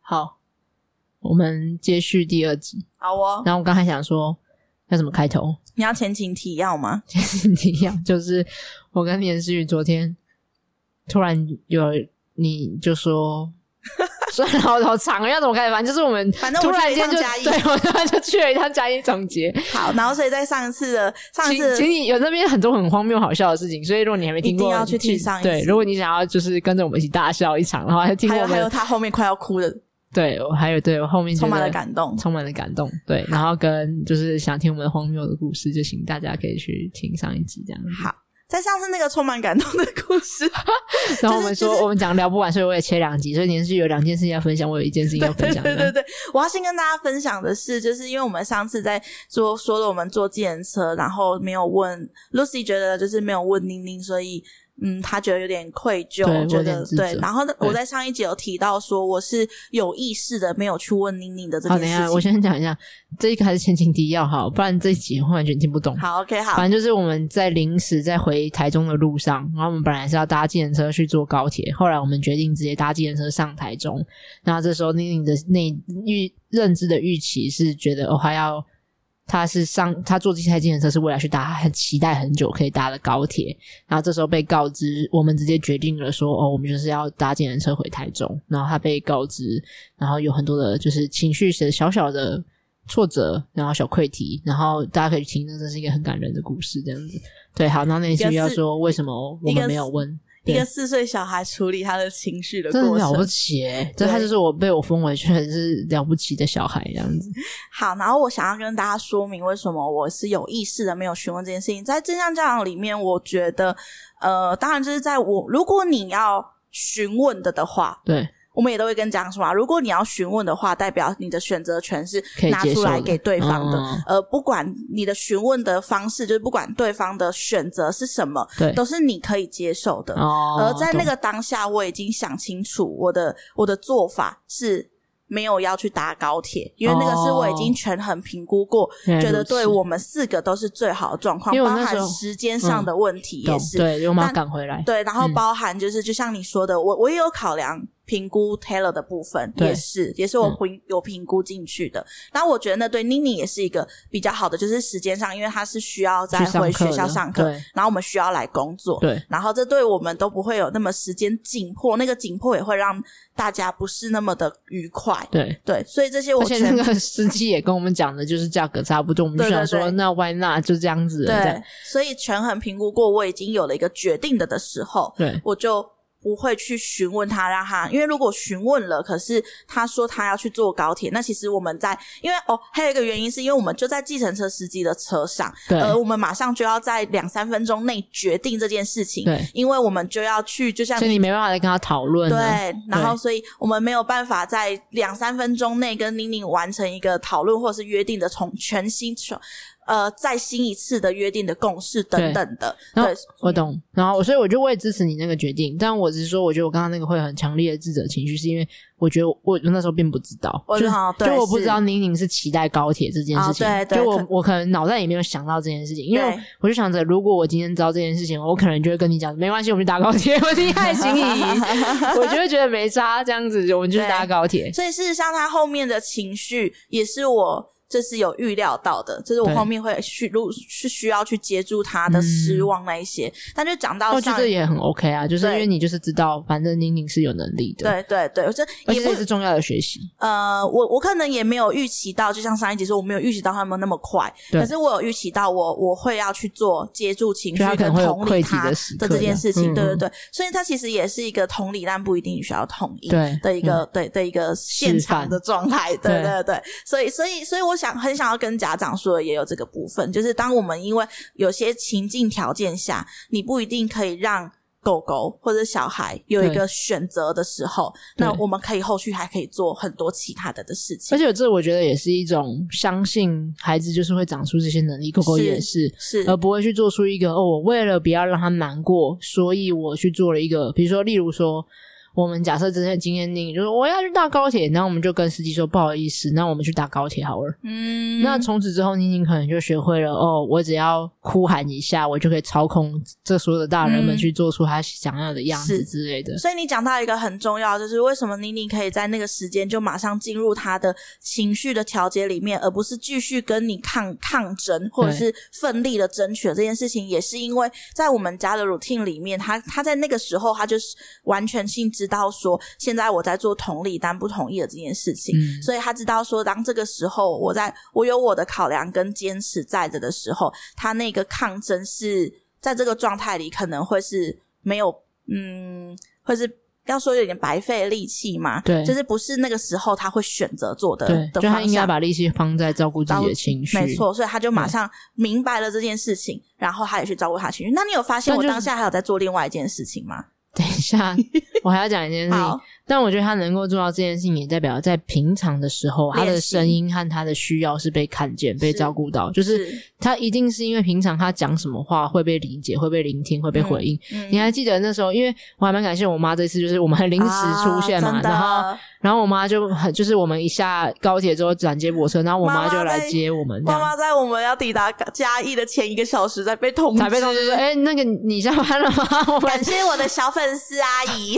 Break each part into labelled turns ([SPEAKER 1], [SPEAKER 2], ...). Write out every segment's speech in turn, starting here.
[SPEAKER 1] 好，我们接续第二集。
[SPEAKER 2] 好哦，
[SPEAKER 1] 然后我刚才想说要怎么开头，
[SPEAKER 2] 你要前情提要吗？
[SPEAKER 1] 其实一样，就是我跟连诗雨昨天突然有你就说， 虽然好好长，要怎么开始？反正就是我们
[SPEAKER 2] 反正
[SPEAKER 1] 突
[SPEAKER 2] 我
[SPEAKER 1] 然
[SPEAKER 2] 去
[SPEAKER 1] 间
[SPEAKER 2] 趟
[SPEAKER 1] 就
[SPEAKER 2] 嘉义
[SPEAKER 1] 对，我突然就去了一趟嘉义总结。
[SPEAKER 2] 好，然后所以在上一次的上一
[SPEAKER 1] 请请
[SPEAKER 2] 次
[SPEAKER 1] 你有那边很多很荒谬好笑的事情，所以如果你还没听过，
[SPEAKER 2] 一定要去听
[SPEAKER 1] 你
[SPEAKER 2] 上一
[SPEAKER 1] 对，
[SPEAKER 2] 集
[SPEAKER 1] 如果你想要就是跟着我们一起大笑一场的话，听
[SPEAKER 2] 还有
[SPEAKER 1] 我
[SPEAKER 2] 还有
[SPEAKER 1] 们
[SPEAKER 2] 他后面快要哭的，
[SPEAKER 1] 对，我还有对我后面觉
[SPEAKER 2] 充满
[SPEAKER 1] 得
[SPEAKER 2] 了感动。
[SPEAKER 1] 充满了感动，对，然后跟就是想听我们荒谬的故事，就请大家可以去听上一集这样。
[SPEAKER 2] 好，在上次那个充满感动的故 事，
[SPEAKER 1] 然后我
[SPEAKER 2] 就是
[SPEAKER 1] 们
[SPEAKER 2] 就
[SPEAKER 1] 说、
[SPEAKER 2] 是
[SPEAKER 1] 我们讲聊不完，所以我也切两集，所以您是有两件事情要分享，我有一件事情要分享。
[SPEAKER 2] 对
[SPEAKER 1] 这
[SPEAKER 2] 对
[SPEAKER 1] 样
[SPEAKER 2] 对，我要先跟大家分享的是，就是因为我们上次在说说了我们坐计程车，然后没有问 Lucy，觉得就是没有问宁宁，所以嗯，她觉得有点愧疚
[SPEAKER 1] 对，我
[SPEAKER 2] 觉
[SPEAKER 1] 有点
[SPEAKER 2] 得
[SPEAKER 1] 自责
[SPEAKER 2] 对。然后呢我在上一集有提到说，我是有意识的没有去问宁宁的这
[SPEAKER 1] 好，
[SPEAKER 2] 件
[SPEAKER 1] 等一
[SPEAKER 2] 事
[SPEAKER 1] 下，我
[SPEAKER 2] 情。
[SPEAKER 1] 先讲一下，这个还是前情提要哈，不然这一集会完全听不懂。
[SPEAKER 2] 好，OK，好，
[SPEAKER 1] 反正就是我们在临时在回台中的路上，然后我们本来是要搭计程车去坐高铁，后来我们决定直接搭计程车上台中。然后这时候宁宁的那预认知的预期是觉得哦，还要他是上他坐这台计程车是为了去搭很期待很久可以搭的高铁，然后这时候被告知，我们直接决定了说哦，我们就是要搭计程车回台中。然后他被告知，然后有很多的就是情绪的小小的挫折，然后小溃堤，然后大家可以去听，这是一个很感人的故事，这样子。对，好，那那
[SPEAKER 2] 一
[SPEAKER 1] 些
[SPEAKER 2] 个是
[SPEAKER 1] 要说为什么我
[SPEAKER 2] 一
[SPEAKER 1] 们
[SPEAKER 2] 个
[SPEAKER 1] 没有
[SPEAKER 2] 是
[SPEAKER 1] 问，
[SPEAKER 2] 一
[SPEAKER 1] 对
[SPEAKER 2] 个四岁小孩处理他的情绪的
[SPEAKER 1] 真的
[SPEAKER 2] 过
[SPEAKER 1] 了不
[SPEAKER 2] 程。
[SPEAKER 1] 起耶！这
[SPEAKER 2] 对
[SPEAKER 1] 他就是我被我封为全是了不起的小孩这样子。
[SPEAKER 2] 好，然后我想要跟大家说明为什么我是有意识的没有询问这件事情。在正向教养里面，我觉得，呃，当然就是在我，如果你要询问的的话，
[SPEAKER 1] 对，
[SPEAKER 2] 我们也都会跟讲说啊，如果你要询问的话，代表你的选择权是
[SPEAKER 1] 可以
[SPEAKER 2] 拿
[SPEAKER 1] 接
[SPEAKER 2] 出
[SPEAKER 1] 受
[SPEAKER 2] 来
[SPEAKER 1] 的
[SPEAKER 2] 给对方的。
[SPEAKER 1] 嗯
[SPEAKER 2] 呃，不管你的询问的方式，就是不管对方的选择是什么，
[SPEAKER 1] 对
[SPEAKER 2] 都是你可以接受的。
[SPEAKER 1] 哦，
[SPEAKER 2] 而在那
[SPEAKER 1] 懂
[SPEAKER 2] 个当下，我已经想清楚我的我的做法是没有要去搭高铁，因为那个是我已经权衡评估过，
[SPEAKER 1] 哦原来
[SPEAKER 2] 觉得
[SPEAKER 1] 如此
[SPEAKER 2] 对我们四个都是最好的状况，
[SPEAKER 1] 因为我
[SPEAKER 2] 包
[SPEAKER 1] 那时候嗯
[SPEAKER 2] 含时间上的问题也
[SPEAKER 1] 懂
[SPEAKER 2] 是。
[SPEAKER 1] 对，因为我们要
[SPEAKER 2] 但
[SPEAKER 1] 赶回来。
[SPEAKER 2] 对，然后
[SPEAKER 1] 嗯
[SPEAKER 2] 包含就是，就像你说的，我我也有考量评估 Taylor 的部分，
[SPEAKER 1] 对嗯
[SPEAKER 2] 也是也是我评、有评估进去的。然后我觉得那对妮妮也是一个比较好的，就是时间上，因为她是需要再
[SPEAKER 1] 去上
[SPEAKER 2] 回
[SPEAKER 1] 课
[SPEAKER 2] 学校
[SPEAKER 1] 的
[SPEAKER 2] 上课，
[SPEAKER 1] 对
[SPEAKER 2] 然后我们需要来工作，
[SPEAKER 1] 对，
[SPEAKER 2] 然后这对我们都不会有那么时间紧迫，那个紧迫也会让大家不是那么的愉快。
[SPEAKER 1] 对，
[SPEAKER 2] 对，所以这些我
[SPEAKER 1] 而且那
[SPEAKER 2] 全
[SPEAKER 1] 个司机也跟我们讲的就是价格差不多，我们就
[SPEAKER 2] 对对
[SPEAKER 1] 想说
[SPEAKER 2] 对
[SPEAKER 1] 那 why not 就这样子了这
[SPEAKER 2] 对
[SPEAKER 1] 样，
[SPEAKER 2] 所以权衡评估过，我已经有了一个决定的的时候，
[SPEAKER 1] 对
[SPEAKER 2] 我就不会去询问他，让他因为如果询问了，可是他说他要去坐高铁，那其实我们在因为哦，还有一个原因是因为我们就在计程车司机的车上，
[SPEAKER 1] 对
[SPEAKER 2] 而我们马上就要在两三分钟内决定这件事情，
[SPEAKER 1] 对，
[SPEAKER 2] 因为我们就要去，就像
[SPEAKER 1] 所以你没办法再跟他讨论了。
[SPEAKER 2] 对，然后所以我们没有办法在两三分钟内跟宁宁完成一个讨论或是约定的从全新全呃再新一次的约定的共识等等的，
[SPEAKER 1] 然后
[SPEAKER 2] 对，
[SPEAKER 1] 我懂，然后所以我就我也支持你那个决定，但我只是说，我觉得我刚刚那个会有很强烈的自责情绪，是因为我觉得我我那时候并不知道，
[SPEAKER 2] 我
[SPEAKER 1] 就
[SPEAKER 2] 哦对
[SPEAKER 1] 就我不
[SPEAKER 2] 是
[SPEAKER 1] 知道宁宁是期待高铁这件事情，
[SPEAKER 2] 哦对对
[SPEAKER 1] 就我
[SPEAKER 2] 可
[SPEAKER 1] 我可能脑袋也没有想到这件事情，因为
[SPEAKER 2] 对
[SPEAKER 1] 我就想着，如果我今天知道这件事情，我可能就会跟你讲，没关系，我们去搭高铁， 我厉害行 矣，我就会觉得没差，这样子我们就是搭
[SPEAKER 2] 对
[SPEAKER 1] 高铁，
[SPEAKER 2] 所以事实上他后面的情绪也是我。这是有预料到的，就是我
[SPEAKER 1] 对
[SPEAKER 2] 后面会去如是需要去接住他的失望那一些，但就讲到
[SPEAKER 1] 我觉
[SPEAKER 2] 上
[SPEAKER 1] 哦得这也很 OK 啊，就是因
[SPEAKER 2] 哦对
[SPEAKER 1] 为你就是知道，反正宁宁是有能力的，，
[SPEAKER 2] 对对对，我这
[SPEAKER 1] 而
[SPEAKER 2] 也
[SPEAKER 1] 且这
[SPEAKER 2] 不
[SPEAKER 1] 也是重要的学习，
[SPEAKER 2] 呃，我我可能也没有预期到，就像上一集说，我没有预期到他们那么快，
[SPEAKER 1] 对
[SPEAKER 2] 可是我有预期到我我会要去做接住情绪
[SPEAKER 1] 就他可
[SPEAKER 2] 跟
[SPEAKER 1] 能会有
[SPEAKER 2] 同理
[SPEAKER 1] 愧疚
[SPEAKER 2] 他
[SPEAKER 1] 的时刻
[SPEAKER 2] 这件事情，
[SPEAKER 1] 嗯
[SPEAKER 2] 对对
[SPEAKER 1] 嗯
[SPEAKER 2] 对，所以它其实也是一个同理，但不一定需要同意。
[SPEAKER 1] 对嗯
[SPEAKER 2] 的一个、对的一个现场的状态，对
[SPEAKER 1] 对
[SPEAKER 2] 对对，所以所以所以我想很想要跟家长说的也有这个部分，就是当我们因为有些情境条件下，你不一定可以让狗狗或者小孩有一
[SPEAKER 1] 对
[SPEAKER 2] 个选择的时候，
[SPEAKER 1] 对
[SPEAKER 2] 那我们可以后续还可以做很多其他的的事情
[SPEAKER 1] 而，且这我觉得也是一种相信孩子就是会长出这些能力，狗狗
[SPEAKER 2] 是
[SPEAKER 1] 也是，
[SPEAKER 2] 是
[SPEAKER 1] 而不会去做出一个哦，我为了不要让他难过，所以我去做了一个，比如说，例如说。我们假设真的今天你就是我要去搭高铁，然后我们就跟司机说不好意思，那我们去搭高铁好了。
[SPEAKER 2] 嗯，
[SPEAKER 1] 那从此之后，宁宁可能就学会了哦，我只要哭喊一下，我就可以操控这所有的大人们
[SPEAKER 2] 嗯
[SPEAKER 1] 去做出他想要的样子
[SPEAKER 2] 是
[SPEAKER 1] 之类的。
[SPEAKER 2] 所以你讲到一个很重要，就是为什么妮妮可以在那个时间就马上进入她的情绪的调节里面，而不是继续跟你抗抗争或者是奋力的争取了这件事情，也是因为在我们家的 routine 里面，她她在那个时候，她就是完全性知道说，现在我在做同理但不同意的这件事情。
[SPEAKER 1] 嗯，
[SPEAKER 2] 所以他知道说，当这个时候我在我有我的考量跟坚持在着的时候，他那个抗争是在这个状态里可能会是没有，嗯，会是要说有点白费力气嘛，
[SPEAKER 1] 对
[SPEAKER 2] 就是不是那个时候他会选择做的
[SPEAKER 1] 对，
[SPEAKER 2] 的
[SPEAKER 1] 就他
[SPEAKER 2] 方
[SPEAKER 1] 应该
[SPEAKER 2] 向。
[SPEAKER 1] 把力气放在照顾自己的情绪，
[SPEAKER 2] 没。错，所以他就马上明白了这件事情，然后他也去照顾他情绪。那你有发现
[SPEAKER 1] 但
[SPEAKER 2] 我
[SPEAKER 1] 就是
[SPEAKER 2] 当下还有在做另外一件事情吗？
[SPEAKER 1] 等一下，我还要讲一件事情
[SPEAKER 2] 好。，
[SPEAKER 1] 但我觉得他能够做到这件事情，也代表在平常的时候，他的
[SPEAKER 2] 练习
[SPEAKER 1] 声音和他的需要是被看见、被
[SPEAKER 2] 是
[SPEAKER 1] 照顾到。就是
[SPEAKER 2] 是
[SPEAKER 1] 他一定是因为平常他讲什么话会被理解、会被聆听、会被回应。
[SPEAKER 2] 嗯
[SPEAKER 1] 你还记得那时候？因为我还蛮感谢我妈这次，就是我们很临时出现嘛，
[SPEAKER 2] 啊真的
[SPEAKER 1] 然后然后我妈就很，就是我们一下高铁之后转接驳车，然后我
[SPEAKER 2] 妈妈
[SPEAKER 1] 就来
[SPEAKER 2] 在
[SPEAKER 1] 接我们，这
[SPEAKER 2] 妈
[SPEAKER 1] 样。
[SPEAKER 2] 妈在我们要抵达嘉义的前一个小时，在被通知，
[SPEAKER 1] 才被通知说：“哎、那个你下班了吗？”我们
[SPEAKER 2] 感谢我的小粉丝阿 姨。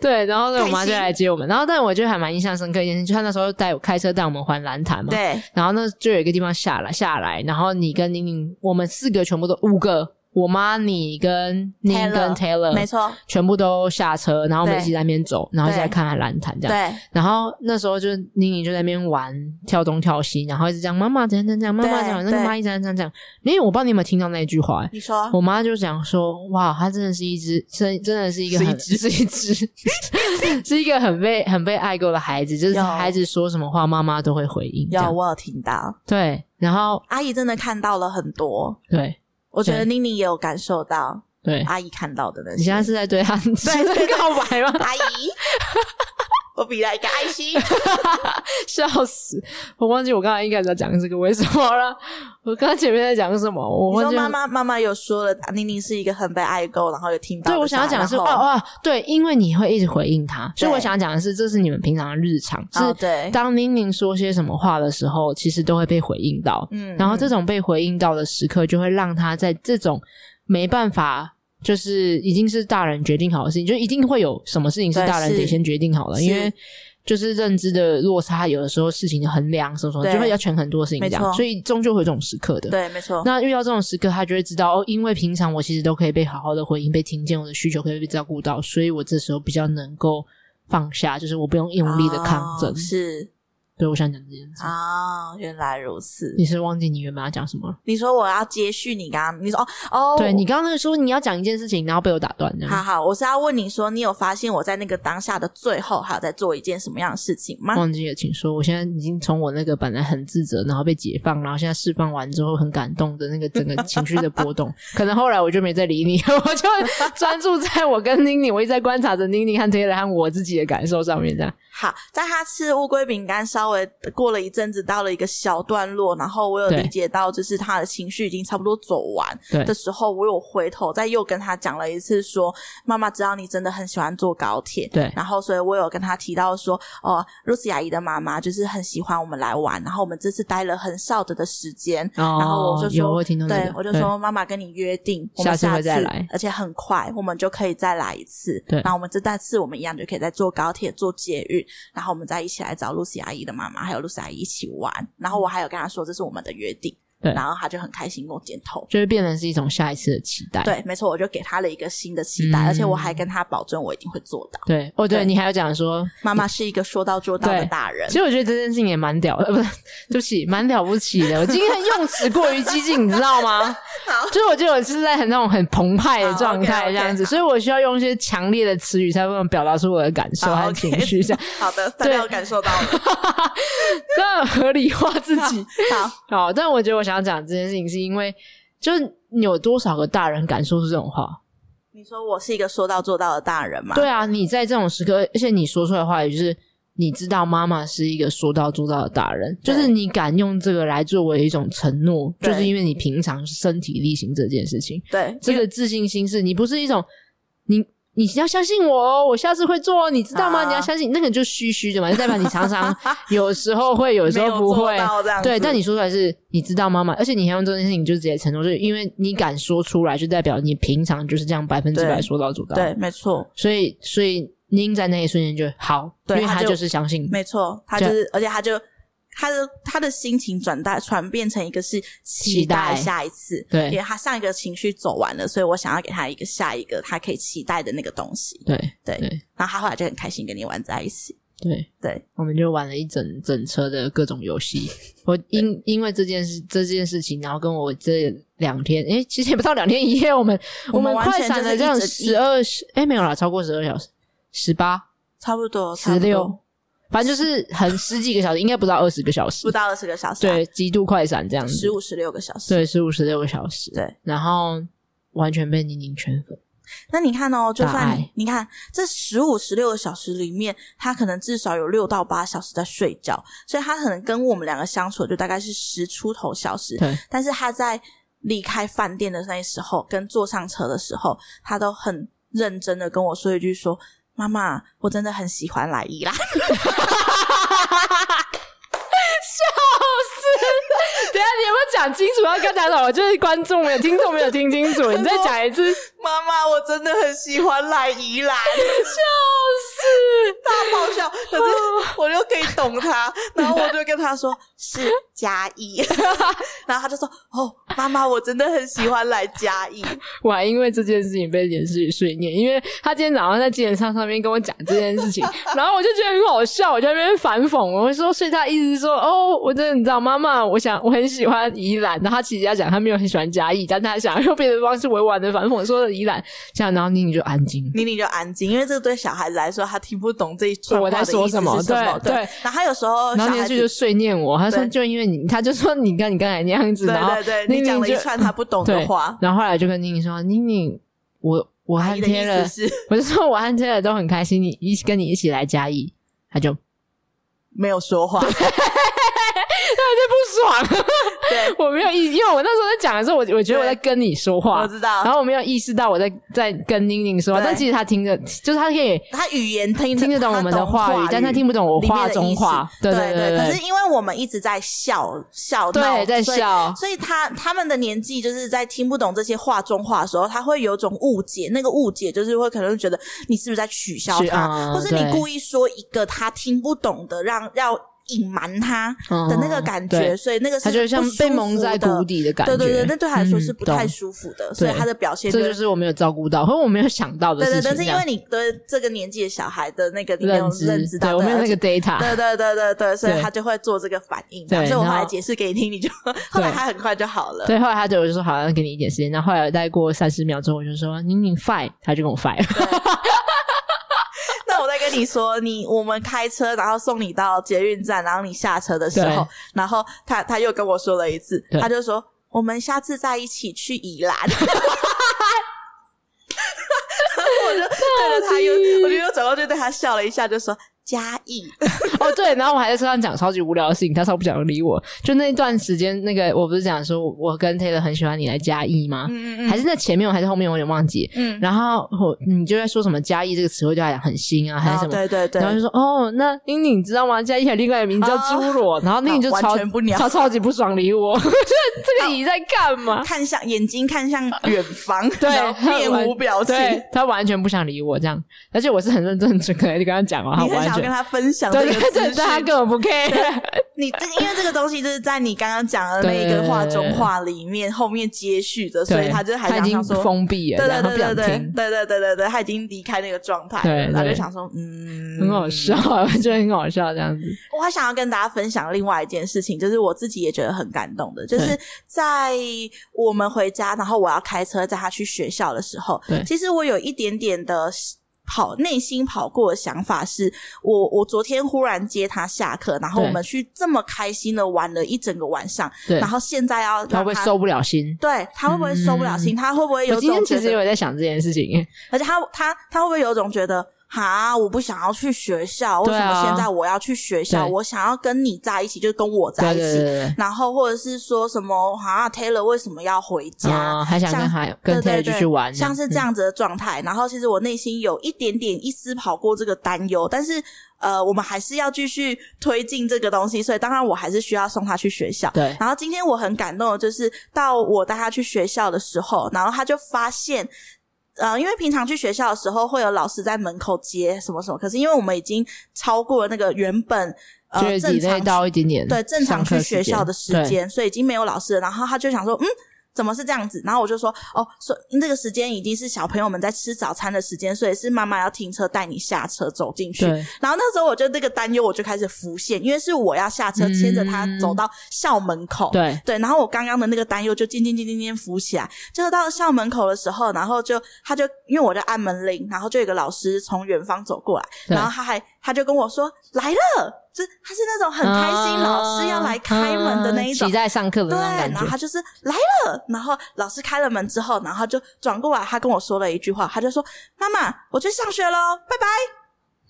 [SPEAKER 1] 对，然后呢，
[SPEAKER 2] 开
[SPEAKER 1] 我妈就
[SPEAKER 2] 心
[SPEAKER 1] 来接我们。然后，但我觉得还蛮印象深刻一件事，就她那时候带我开车带我们环蓝潭嘛，
[SPEAKER 2] 对，
[SPEAKER 1] 然后那就有一个地方下来下来，然后你跟宁宁，我们四个全部都五个，我妈、你跟宁
[SPEAKER 2] Taylor，
[SPEAKER 1] 跟 Taylor，
[SPEAKER 2] 没，错，
[SPEAKER 1] 全部都下车，然后我们一
[SPEAKER 2] 对
[SPEAKER 1] 起在那边走，然后一起
[SPEAKER 2] 对
[SPEAKER 1] 来看看蓝潭这样。
[SPEAKER 2] 对
[SPEAKER 1] 然后那时候就是宁宁就在那边玩跳东跳西，然后一直讲妈妈怎样怎样怎样，妈妈怎样，那
[SPEAKER 2] 对
[SPEAKER 1] 个妈一直在这样讲。因为我不知道你有没有听到那一句话、欸
[SPEAKER 2] 你说
[SPEAKER 1] 我妈就讲说，哇，她真的是一只，真真的是一个很
[SPEAKER 2] 是一
[SPEAKER 1] 是一只，是一个很被很被爱过的孩子，就是
[SPEAKER 2] 有
[SPEAKER 1] 孩子说什么话，妈妈都会回应。这
[SPEAKER 2] 有，
[SPEAKER 1] 样
[SPEAKER 2] 我有听到，
[SPEAKER 1] 对，然后
[SPEAKER 2] 阿姨真的看到了很多。
[SPEAKER 1] 对
[SPEAKER 2] 我觉
[SPEAKER 1] 对
[SPEAKER 2] 得妮妮也有感受到
[SPEAKER 1] 对，
[SPEAKER 2] 阿姨看到的那些。
[SPEAKER 1] 你现在是在对她 是在
[SPEAKER 2] 啊对对
[SPEAKER 1] 告白吗？
[SPEAKER 2] 阿姨，我比了一个爱心。
[SPEAKER 1] 笑死！我忘记我刚才一开始要讲这个为什么了。我刚刚前面在讲什么？ 我
[SPEAKER 2] 你
[SPEAKER 1] 忘
[SPEAKER 2] 说
[SPEAKER 1] 记了
[SPEAKER 2] 妈妈妈妈有说了，妮妮是一个很被爱够，然后有听到的
[SPEAKER 1] 对，
[SPEAKER 2] 小
[SPEAKER 1] 我想
[SPEAKER 2] 孩。
[SPEAKER 1] 要讲的是，哦
[SPEAKER 2] 然后，
[SPEAKER 1] 哦，对，因为你会一直回应他，所以
[SPEAKER 2] 对
[SPEAKER 1] 我想要讲的是，这是你们平常的日常，
[SPEAKER 2] 哦
[SPEAKER 1] 是
[SPEAKER 2] 对，
[SPEAKER 1] 当宁宁说些什么话的时候，其实都会被回应到。
[SPEAKER 2] 嗯
[SPEAKER 1] 然后这
[SPEAKER 2] 种
[SPEAKER 1] 种被回应到的时刻，就会让他在这种没办法。就是已经是大人决定好的事情，就一定会有什么事情是
[SPEAKER 2] 对
[SPEAKER 1] 大人
[SPEAKER 2] 是
[SPEAKER 1] 得先决定好的，因
[SPEAKER 2] 是
[SPEAKER 1] 为就是认知的落差，有的时候事情的衡量什么什么，
[SPEAKER 2] 对
[SPEAKER 1] 就会要全很多事情这
[SPEAKER 2] 没
[SPEAKER 1] 样，
[SPEAKER 2] 错
[SPEAKER 1] 所以终究会有这种时刻的。
[SPEAKER 2] 对，没错。
[SPEAKER 1] 那遇到这种时刻，他就会知道哦，因为平常我其实都可以被好好的回应、被听见，我的需求可以被照顾到，所以我这时候比较能够放下，就是我不用用力的抗争。
[SPEAKER 2] 哦是
[SPEAKER 1] 对，我想讲这件事。
[SPEAKER 2] 啊、原来如此。
[SPEAKER 1] 你是忘记你原本要讲什么了？
[SPEAKER 2] 你说我要接续你刚刚，你说哦哦，
[SPEAKER 1] 对你刚刚说你要讲一件事情，然后被我打断，这
[SPEAKER 2] 好
[SPEAKER 1] 样
[SPEAKER 2] 好，我是要问你说，你有发现我在那个当下的最后还有在做一件什么样的事情吗？
[SPEAKER 1] 忘记了，请说。我现在已经从我那个本来很自责，然后被解放，然后现在释放完之后很感动的那个整个情绪的波动， 可能后来我就没再理你，我就专注在我跟妮妮，我一直在观察着妮妮和 Taylor 和我自己的感受上面，这样。
[SPEAKER 2] 好，在他吃乌龟饼干稍微过了一阵子，到了一个小段落，然后我有
[SPEAKER 1] 对
[SPEAKER 2] 理解到，就是他的情绪已经差不多走完
[SPEAKER 1] 对
[SPEAKER 2] 的时候，我有回头再又跟他讲了一次说，妈妈知道你真的很喜欢坐高铁，
[SPEAKER 1] 对
[SPEAKER 2] 然后所以我有跟他提到说，哦，露西阿姨的妈妈就是很喜欢我们来玩，然后我们这次待了很少的的时间，
[SPEAKER 1] 哦
[SPEAKER 2] 然后我就说，
[SPEAKER 1] 有我听到那
[SPEAKER 2] 对
[SPEAKER 1] 个，
[SPEAKER 2] 我就
[SPEAKER 1] 对
[SPEAKER 2] 说妈妈跟你约定，我
[SPEAKER 1] 下
[SPEAKER 2] 们
[SPEAKER 1] 次会
[SPEAKER 2] 次
[SPEAKER 1] 再来
[SPEAKER 2] 而且很快我们就可以再来一次。
[SPEAKER 1] 对
[SPEAKER 2] 然后我们这再次我们一样就可以再坐高铁、坐捷运，然后我们再一起来找露西阿姨的妈妈，还有露西阿姨一起玩。然后我还有跟她说这是我们的约定，
[SPEAKER 1] 对
[SPEAKER 2] 然后她就很开心跟我点头。
[SPEAKER 1] 就会变成是一种下一次的期待。
[SPEAKER 2] 对，没错，我就给她了一个新的期待，
[SPEAKER 1] 嗯
[SPEAKER 2] 而且我还跟她保证我一定会做到。
[SPEAKER 1] 对哦，对
[SPEAKER 2] 对
[SPEAKER 1] 你还有讲说，
[SPEAKER 2] 妈妈是一个说到做到的
[SPEAKER 1] 对
[SPEAKER 2] 大 人
[SPEAKER 1] 其，实我觉得这件事情也蛮屌，呃， 不是，对不起，蛮了不起 的。我今天用词过于激进，你知道吗？
[SPEAKER 2] 好
[SPEAKER 1] 就是我觉得我是在很那种很澎湃的状态
[SPEAKER 2] 好，OK，OK，
[SPEAKER 1] 这样子，
[SPEAKER 2] 好
[SPEAKER 1] 所以我需要用一些强烈的词语才能表达出我的感受
[SPEAKER 2] 好
[SPEAKER 1] 和
[SPEAKER 2] ，OK
[SPEAKER 1] 情绪，这 样
[SPEAKER 2] 好的，大
[SPEAKER 1] 对
[SPEAKER 2] 家有感受到了。
[SPEAKER 1] 那合理化自己。
[SPEAKER 2] 好，
[SPEAKER 1] 好，但我觉得我想要讲这件事情，是因为就是你有多少个大人敢说出这种话？
[SPEAKER 2] 你说我是一个说到做到的大人吗？
[SPEAKER 1] 对啊，你在这种时刻，而且你说出来的话，也就是你知道妈妈是一个说到做到的大人，就
[SPEAKER 2] 对
[SPEAKER 1] 是你敢用这个来作为一种承诺，
[SPEAKER 2] 对
[SPEAKER 1] 就是因为你平常身体力行这件事情，
[SPEAKER 2] 对，
[SPEAKER 1] 这个自信心是你不是一种你。你要相信我哦，我下次会做哦，你知道吗？
[SPEAKER 2] 啊
[SPEAKER 1] 你要相信，那个就虚虚的嘛， 就代表你常常有时候会，有时
[SPEAKER 2] 没
[SPEAKER 1] 候
[SPEAKER 2] 有
[SPEAKER 1] 不
[SPEAKER 2] 做
[SPEAKER 1] 会。
[SPEAKER 2] 到这样子
[SPEAKER 1] 对，但你说出来是你知道妈妈，而且你还用这件事情就直接承诺，就是因为你敢说出来，就代表你平常就是这样百分之百
[SPEAKER 2] 对
[SPEAKER 1] 说到做到。
[SPEAKER 2] 对，啊没错，
[SPEAKER 1] 所以所以宁在那一瞬间就好，
[SPEAKER 2] 对
[SPEAKER 1] 因为
[SPEAKER 2] 他
[SPEAKER 1] 他
[SPEAKER 2] 就
[SPEAKER 1] 就是相信。
[SPEAKER 2] 没错，他
[SPEAKER 1] 对
[SPEAKER 2] 就是，而且他就他的他的心情转大转变成一个是期
[SPEAKER 1] 期待
[SPEAKER 2] 待下一次，
[SPEAKER 1] 对
[SPEAKER 2] 因为他上一个情绪走完了，所以我想要给他一个下一个他可以期待的那个东西，
[SPEAKER 1] 对
[SPEAKER 2] 对
[SPEAKER 1] 对
[SPEAKER 2] 然后他后来就很开心跟你玩在一起，
[SPEAKER 1] 对，
[SPEAKER 2] 对，
[SPEAKER 1] 我们就玩了一整整车的各种游戏。 我因因为这件事这件事情，然后跟我这两天，诶、其实也不到两天一夜，我们
[SPEAKER 2] 我们
[SPEAKER 1] 们
[SPEAKER 2] 完
[SPEAKER 1] 快
[SPEAKER 2] 全
[SPEAKER 1] 闪
[SPEAKER 2] 就是
[SPEAKER 1] 了这样
[SPEAKER 2] 一整一
[SPEAKER 1] 十二十，诶、没有啦，超过十二小时，十八、
[SPEAKER 2] 差不多，差
[SPEAKER 1] 十
[SPEAKER 2] 不多
[SPEAKER 1] 六，反正就是很十几个小时，应该不到二十个小时
[SPEAKER 2] 不，到二十个小时、啊，
[SPEAKER 1] 对，极度快闪这样子
[SPEAKER 2] 十，五十六个小时，
[SPEAKER 1] 对，十五十六个小时，
[SPEAKER 2] 对，
[SPEAKER 1] 然后完全被宁宁圈粉，
[SPEAKER 2] 那你看哦，就
[SPEAKER 1] 大
[SPEAKER 2] 算你
[SPEAKER 1] 爱
[SPEAKER 2] 你看这十五十六个小时里面，他可能至少有六到八小时在睡觉，所以他可能跟我们两个相处就大概是十出头小时。
[SPEAKER 1] 对，
[SPEAKER 2] 但是他在离开饭店的那时候，跟坐上车的时候，他都很认真的跟我说一句说：“妈妈，我真的很喜欢来伊啦。
[SPEAKER 1] 等一下，你有没有讲清楚要跟哪种？我就是观众没有、听众没有听清楚，你再讲一 次。
[SPEAKER 2] 妈妈，我真的很喜欢来宜兰，就是 大爆笑。可
[SPEAKER 1] 哦
[SPEAKER 2] 是我就可以懂他，然后我就跟他说是嘉义， 然后他就说哦，妈妈，我真的很喜欢来嘉义。
[SPEAKER 1] 我还因为这件事情被连续碎念，因为他今天早上在健身上上面跟我讲这件事情， 然后我就觉得很好笑，我就在那边反讽，我会说，所以他意思是说，哦，我真的你知道，妈妈，我想我很喜欢宜兰，然后他其实要讲他没有很喜欢嘉义，但他想用别的方式委婉的反讽说的宜兰，这样，然后宁宁就安静。
[SPEAKER 2] 妮妮就安静，因为这对小孩子来说，他听不懂这一串话
[SPEAKER 1] 我在
[SPEAKER 2] 的
[SPEAKER 1] 说
[SPEAKER 2] 意思
[SPEAKER 1] 什么
[SPEAKER 2] 是什么。
[SPEAKER 1] 对
[SPEAKER 2] 对
[SPEAKER 1] 对，
[SPEAKER 2] 然后他有时候
[SPEAKER 1] 然
[SPEAKER 2] 哦小
[SPEAKER 1] 后
[SPEAKER 2] 孩
[SPEAKER 1] 连续就
[SPEAKER 2] 子。
[SPEAKER 1] 碎念我，他说
[SPEAKER 2] 对
[SPEAKER 1] 就因为你，他就说你看你刚才那样子，
[SPEAKER 2] 对
[SPEAKER 1] 然后
[SPEAKER 2] 对对，
[SPEAKER 1] 宁
[SPEAKER 2] 你
[SPEAKER 1] 宁
[SPEAKER 2] 讲了一
[SPEAKER 1] 就
[SPEAKER 2] 串他不懂
[SPEAKER 1] 对
[SPEAKER 2] 的话，
[SPEAKER 1] 然后后来就跟宁宁说：“宁宁，我我
[SPEAKER 2] 阿
[SPEAKER 1] 和
[SPEAKER 2] 姨的意
[SPEAKER 1] 贴了
[SPEAKER 2] 思，是
[SPEAKER 1] 我就说我和贴了都很开心，你一起跟你一起来嘉义。”他就
[SPEAKER 2] 没有 说话。啊
[SPEAKER 1] 他就不爽，
[SPEAKER 2] 对，
[SPEAKER 1] 我没有意，因为我那时候在讲的时候，我我觉得我在跟你说话
[SPEAKER 2] 我，知道
[SPEAKER 1] 然。后我没有意识到我在在跟宁宁说，
[SPEAKER 2] 对
[SPEAKER 1] 但其实他听着，就是他可以
[SPEAKER 2] 他语言听
[SPEAKER 1] 听得懂我们的
[SPEAKER 2] 话
[SPEAKER 1] 语，但他听不懂我
[SPEAKER 2] 里面
[SPEAKER 1] 话
[SPEAKER 2] 的
[SPEAKER 1] 中
[SPEAKER 2] 意思
[SPEAKER 1] 话。对
[SPEAKER 2] 对
[SPEAKER 1] 对
[SPEAKER 2] 可是因为我们一直在笑笑闹，
[SPEAKER 1] 对，在
[SPEAKER 2] 所以。
[SPEAKER 1] 笑，
[SPEAKER 2] 所以他他们的年纪就是在听不懂这些话中话的时候，他会有种误解，那个误解就是会可能会觉得你是不是在取笑
[SPEAKER 1] 是
[SPEAKER 2] 他，
[SPEAKER 1] 啊
[SPEAKER 2] 或是你
[SPEAKER 1] 对
[SPEAKER 2] 故意说一个他听不懂的，让要隐瞒他的
[SPEAKER 1] 的
[SPEAKER 2] 那个感觉，所以那个是
[SPEAKER 1] 哦他嗯就像
[SPEAKER 2] 不舒
[SPEAKER 1] 被蒙
[SPEAKER 2] 服
[SPEAKER 1] 在
[SPEAKER 2] 的
[SPEAKER 1] 鼓底的感觉。
[SPEAKER 2] 对对对，那对他来说
[SPEAKER 1] 嗯
[SPEAKER 2] 是不太
[SPEAKER 1] 懂
[SPEAKER 2] 舒服的，所以
[SPEAKER 1] 对
[SPEAKER 2] 他的表现
[SPEAKER 1] 这
[SPEAKER 2] 会
[SPEAKER 1] 就是我没有照顾到，或者我没有想到的
[SPEAKER 2] 对
[SPEAKER 1] 事情
[SPEAKER 2] 对，但
[SPEAKER 1] 这
[SPEAKER 2] 是因
[SPEAKER 1] 样。
[SPEAKER 2] 为你对这个年纪的小孩的那个你没有
[SPEAKER 1] 认
[SPEAKER 2] 认
[SPEAKER 1] 知，
[SPEAKER 2] 知
[SPEAKER 1] 对
[SPEAKER 2] 到，
[SPEAKER 1] 我没有
[SPEAKER 2] 而
[SPEAKER 1] 那个
[SPEAKER 2] 且
[SPEAKER 1] data，
[SPEAKER 2] 对对对对对，所以
[SPEAKER 1] 对
[SPEAKER 2] 他就会做这个反应。
[SPEAKER 1] 对
[SPEAKER 2] 所以我后
[SPEAKER 1] 然
[SPEAKER 2] 来
[SPEAKER 1] 后
[SPEAKER 2] 解释给你听，你就 后来他很快就好 了。
[SPEAKER 1] 对，后来他就我就说好，那给你一点时间。那后来再过三十秒钟，我就说宁宁 fine，他就跟我 fine。
[SPEAKER 2] 那我再跟你说，你我们开车，然后送你到捷运站，然后你下车的时候
[SPEAKER 1] 对，
[SPEAKER 2] 然后他他又跟我说了一次，
[SPEAKER 1] 对
[SPEAKER 2] 他就说我们下次再一起去宜兰。 然后我就对着他又，我就又转过去对他笑了一下，就说嘉义。
[SPEAKER 1] 哦，对，然后我还在车上讲超级无聊的事情，他超不想理我。就那一段时间，那个我不是讲说我跟 Taylor 很喜欢你来嘉义吗？
[SPEAKER 2] 嗯
[SPEAKER 1] 还是在前面，我还是后面，我有点忘记。
[SPEAKER 2] 嗯，
[SPEAKER 1] 然后我你就在说什么嘉义这个词汇对他来讲很新啊，还是
[SPEAKER 2] 嗯然
[SPEAKER 1] 什
[SPEAKER 2] 后
[SPEAKER 1] 么？
[SPEAKER 2] 对对对，
[SPEAKER 1] 然后就说哦，那英宁你知道吗？嘉义还有另外一个名字叫侏罗，然后那宁就
[SPEAKER 2] 哦完
[SPEAKER 1] 超
[SPEAKER 2] 全不鸟
[SPEAKER 1] 超超级不爽理我， 就是这个姨在干嘛？
[SPEAKER 2] 看向眼睛看向远方，
[SPEAKER 1] 对
[SPEAKER 2] 然后，面无表情。
[SPEAKER 1] 对他完全不想理我这样，而且我是很认真、很诚恳的跟他讲哦，他
[SPEAKER 2] 你很
[SPEAKER 1] 完
[SPEAKER 2] 想要跟
[SPEAKER 1] 全
[SPEAKER 2] 他分享这
[SPEAKER 1] 对
[SPEAKER 2] 个
[SPEAKER 1] 对对，
[SPEAKER 2] 资
[SPEAKER 1] 但他
[SPEAKER 2] 讯，
[SPEAKER 1] 根本不 care。
[SPEAKER 2] 你这因为这个东西就是在你刚刚讲的那个话中话里面后面接续的， 所以
[SPEAKER 1] 对
[SPEAKER 2] 他就还
[SPEAKER 1] 已
[SPEAKER 2] 想
[SPEAKER 1] 经
[SPEAKER 2] 想说，
[SPEAKER 1] 封闭了，
[SPEAKER 2] 对对
[SPEAKER 1] 然后
[SPEAKER 2] 对
[SPEAKER 1] 不想
[SPEAKER 2] 对对
[SPEAKER 1] 听，
[SPEAKER 2] 对对对对对，他已经离开那个状态
[SPEAKER 1] 对
[SPEAKER 2] 了，
[SPEAKER 1] 对
[SPEAKER 2] 他就想说，嗯，
[SPEAKER 1] 很好笑，啊我觉得很好笑这样子。
[SPEAKER 2] 我还想要跟大家分享另外一件事情，就是我自己也觉得很感动的，就是在我们回家，然后我要开车载他去学校的时候
[SPEAKER 1] 对，
[SPEAKER 2] 其实我有一点点的跑内心跑过的想法是，我我昨天忽然接他下课，然后
[SPEAKER 1] 对
[SPEAKER 2] 我们去这么开心的玩了一整个晚上，
[SPEAKER 1] 对
[SPEAKER 2] 然，后现在要
[SPEAKER 1] 他
[SPEAKER 2] 让
[SPEAKER 1] 会受不了心。
[SPEAKER 2] 对他会不会受不了心？他会不会有
[SPEAKER 1] 我今天
[SPEAKER 2] 种
[SPEAKER 1] 其
[SPEAKER 2] 觉
[SPEAKER 1] 实
[SPEAKER 2] 得？
[SPEAKER 1] 有在想这件事情，
[SPEAKER 2] 而且他他他会不会有种觉得哈，我不想要去学校，为
[SPEAKER 1] 对
[SPEAKER 2] 什
[SPEAKER 1] 啊
[SPEAKER 2] 么现在我要去学校？
[SPEAKER 1] 对嗯
[SPEAKER 2] 我想要跟你在一起，就是跟我在
[SPEAKER 1] 对
[SPEAKER 2] 一起。
[SPEAKER 1] 对对对
[SPEAKER 2] 然后或者是说什么啊，Taylor 为什么要回
[SPEAKER 1] 对，
[SPEAKER 2] 家？
[SPEAKER 1] 啊，还想跟
[SPEAKER 2] 像
[SPEAKER 1] 还跟
[SPEAKER 2] 对
[SPEAKER 1] Taylor
[SPEAKER 2] 对
[SPEAKER 1] 继
[SPEAKER 2] 对，
[SPEAKER 1] 续玩啊嗯呢，
[SPEAKER 2] 像是这样子的状态。然后其实我内心有一点点一丝跑过这个担忧，但是呃，我们还是要继续推进这个东西，所以当然我还是需要送他去学校
[SPEAKER 1] 嗯，。对，
[SPEAKER 2] 然后今天我很感动的就是到我带他去学校的时候，然后他就发现。呃，因为平常去学校的时候会有老师在门口接什么什么，可是因为我们已经超过了那个原本
[SPEAKER 1] 就
[SPEAKER 2] 呃
[SPEAKER 1] 是
[SPEAKER 2] 正
[SPEAKER 1] delay
[SPEAKER 2] 常
[SPEAKER 1] 到一点点，
[SPEAKER 2] 对正常去学校的时
[SPEAKER 1] 上课时间，
[SPEAKER 2] 间，所以已经没有老师了。然后他就想说，嗯，怎么是这样子？然后我就说，哦，说这个时间已经是小朋友们在吃早餐的时间，所以是妈妈要停车带你下车走进去
[SPEAKER 1] 对。对
[SPEAKER 2] 然后那时候我就那个担忧我就开始浮现，因为是我要下车牵着他走到校门口。
[SPEAKER 1] 嗯对，
[SPEAKER 2] 对，然后我刚刚的那个担忧就渐渐渐渐渐浮起来，就是到校门口的时候，然后就他就因为我在按门铃，然后就有一个老师从远方走过来，
[SPEAKER 1] 对
[SPEAKER 2] 然后他还他就跟我说来了，就是他是那种很开心，老师要来开门的那一种
[SPEAKER 1] 啊期。待啊上课的那
[SPEAKER 2] 对，
[SPEAKER 1] 种
[SPEAKER 2] 然
[SPEAKER 1] 感
[SPEAKER 2] 后
[SPEAKER 1] 觉，
[SPEAKER 2] 他就是来了，然后老师开了门之后，然后他就转过来，他跟我说了一句话，他就说：“妈妈，我去上学喽，拜拜。”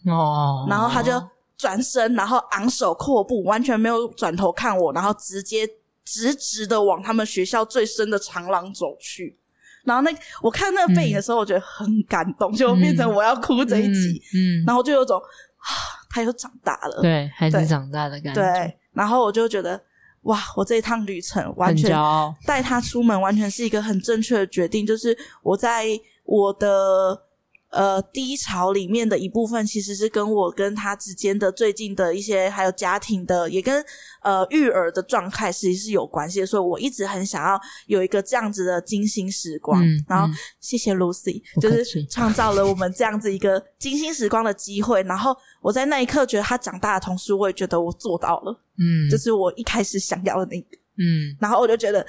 [SPEAKER 1] 哦，
[SPEAKER 2] 然后他就转身，然后昂首阔步，完全没有转头看我，然后直接直直的往他们学校最深的长廊走去。然后那我看那个背影的时候，我觉得很感动，就变成我要哭这一集，
[SPEAKER 1] 嗯，嗯，
[SPEAKER 2] 然后就有种啊，他又长大了，
[SPEAKER 1] 对，孩子
[SPEAKER 2] 对
[SPEAKER 1] 长大的感觉，
[SPEAKER 2] 对，然后我就觉得哇，我这一趟旅程完
[SPEAKER 1] 很
[SPEAKER 2] 全
[SPEAKER 1] 骄傲，
[SPEAKER 2] 带他出门完全是一个很正确的决定，就是我在我的呃低潮里面的一部分，其实是跟我跟他之间的最近的一些，还有家庭的，也跟呃育儿的状态其实是有关系的，所以我一直很想要有一个这样子的精心时光。
[SPEAKER 1] 嗯
[SPEAKER 2] 然后
[SPEAKER 1] 嗯
[SPEAKER 2] 谢谢 Lucy，
[SPEAKER 1] 不
[SPEAKER 2] 就
[SPEAKER 1] 客
[SPEAKER 2] 是
[SPEAKER 1] 气
[SPEAKER 2] 创造了我们这样子一个精心时光的机会。然后我在那一刻觉得他长大的同时，我也觉得我做到了，
[SPEAKER 1] 嗯，
[SPEAKER 2] 就是我一开始想要的那个。
[SPEAKER 1] 嗯，
[SPEAKER 2] 然后我就觉得，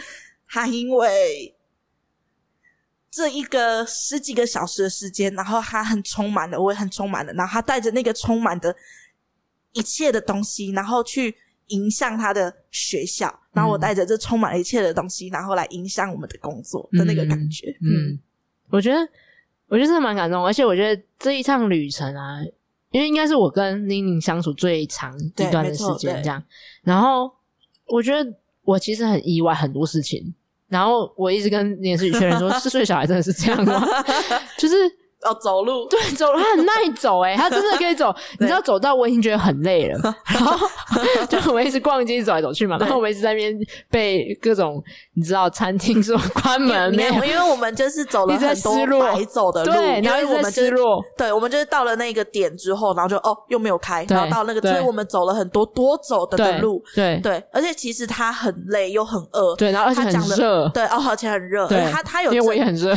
[SPEAKER 2] 他因为这一个十几个小时的时间，然后他很充满的，我也很充满的，然后他带着那个充满的一切的东西，然后去迎向他的学校，然
[SPEAKER 1] 嗯
[SPEAKER 2] 后我带着这充满了一切的东西，然后来迎向我们的工作的那个感觉，嗯，
[SPEAKER 1] 嗯，我觉得，我觉得真的蛮感动，而且我觉得这一趟旅程啊，因为应该是我跟宁宁相处最长一
[SPEAKER 2] 对
[SPEAKER 1] 段
[SPEAKER 2] 没
[SPEAKER 1] 的时
[SPEAKER 2] 错
[SPEAKER 1] 间
[SPEAKER 2] 对
[SPEAKER 1] 这样，然后我觉得我其实很意外很多事情，然后我一直跟年思雨确认说， 四岁小孩真的是这样吗？ 就是。
[SPEAKER 2] 哦，走路，
[SPEAKER 1] 对，走了，他很耐走哎、他真的可以 走。你知道走到我已经觉得很累了，然后就我们一直逛街走来走去嘛，然后我们一直在那边被各种你知道餐厅说关门，
[SPEAKER 2] 因
[SPEAKER 1] 没有
[SPEAKER 2] 为因为我们就是走了
[SPEAKER 1] 一直在
[SPEAKER 2] 很
[SPEAKER 1] 失
[SPEAKER 2] 多
[SPEAKER 1] 落
[SPEAKER 2] 白走的路，
[SPEAKER 1] 对，然后一
[SPEAKER 2] 因为
[SPEAKER 1] 直
[SPEAKER 2] 我
[SPEAKER 1] 在
[SPEAKER 2] 们
[SPEAKER 1] 失
[SPEAKER 2] 就是
[SPEAKER 1] 落，
[SPEAKER 2] 对，我们就是到了那个点之后，然后就哦又没有开，
[SPEAKER 1] 对
[SPEAKER 2] 然后到那个，
[SPEAKER 1] 对
[SPEAKER 2] 所以我们走了很多多走的
[SPEAKER 1] 对
[SPEAKER 2] 的路，
[SPEAKER 1] 对
[SPEAKER 2] 对，而且其实他很累又很饿，
[SPEAKER 1] 对，然后而且
[SPEAKER 2] 他讲
[SPEAKER 1] 很
[SPEAKER 2] 的
[SPEAKER 1] 热，
[SPEAKER 2] 对哦，而且很热，
[SPEAKER 1] 对
[SPEAKER 2] 而且他他有
[SPEAKER 1] 因为我也
[SPEAKER 2] 证
[SPEAKER 1] 很热，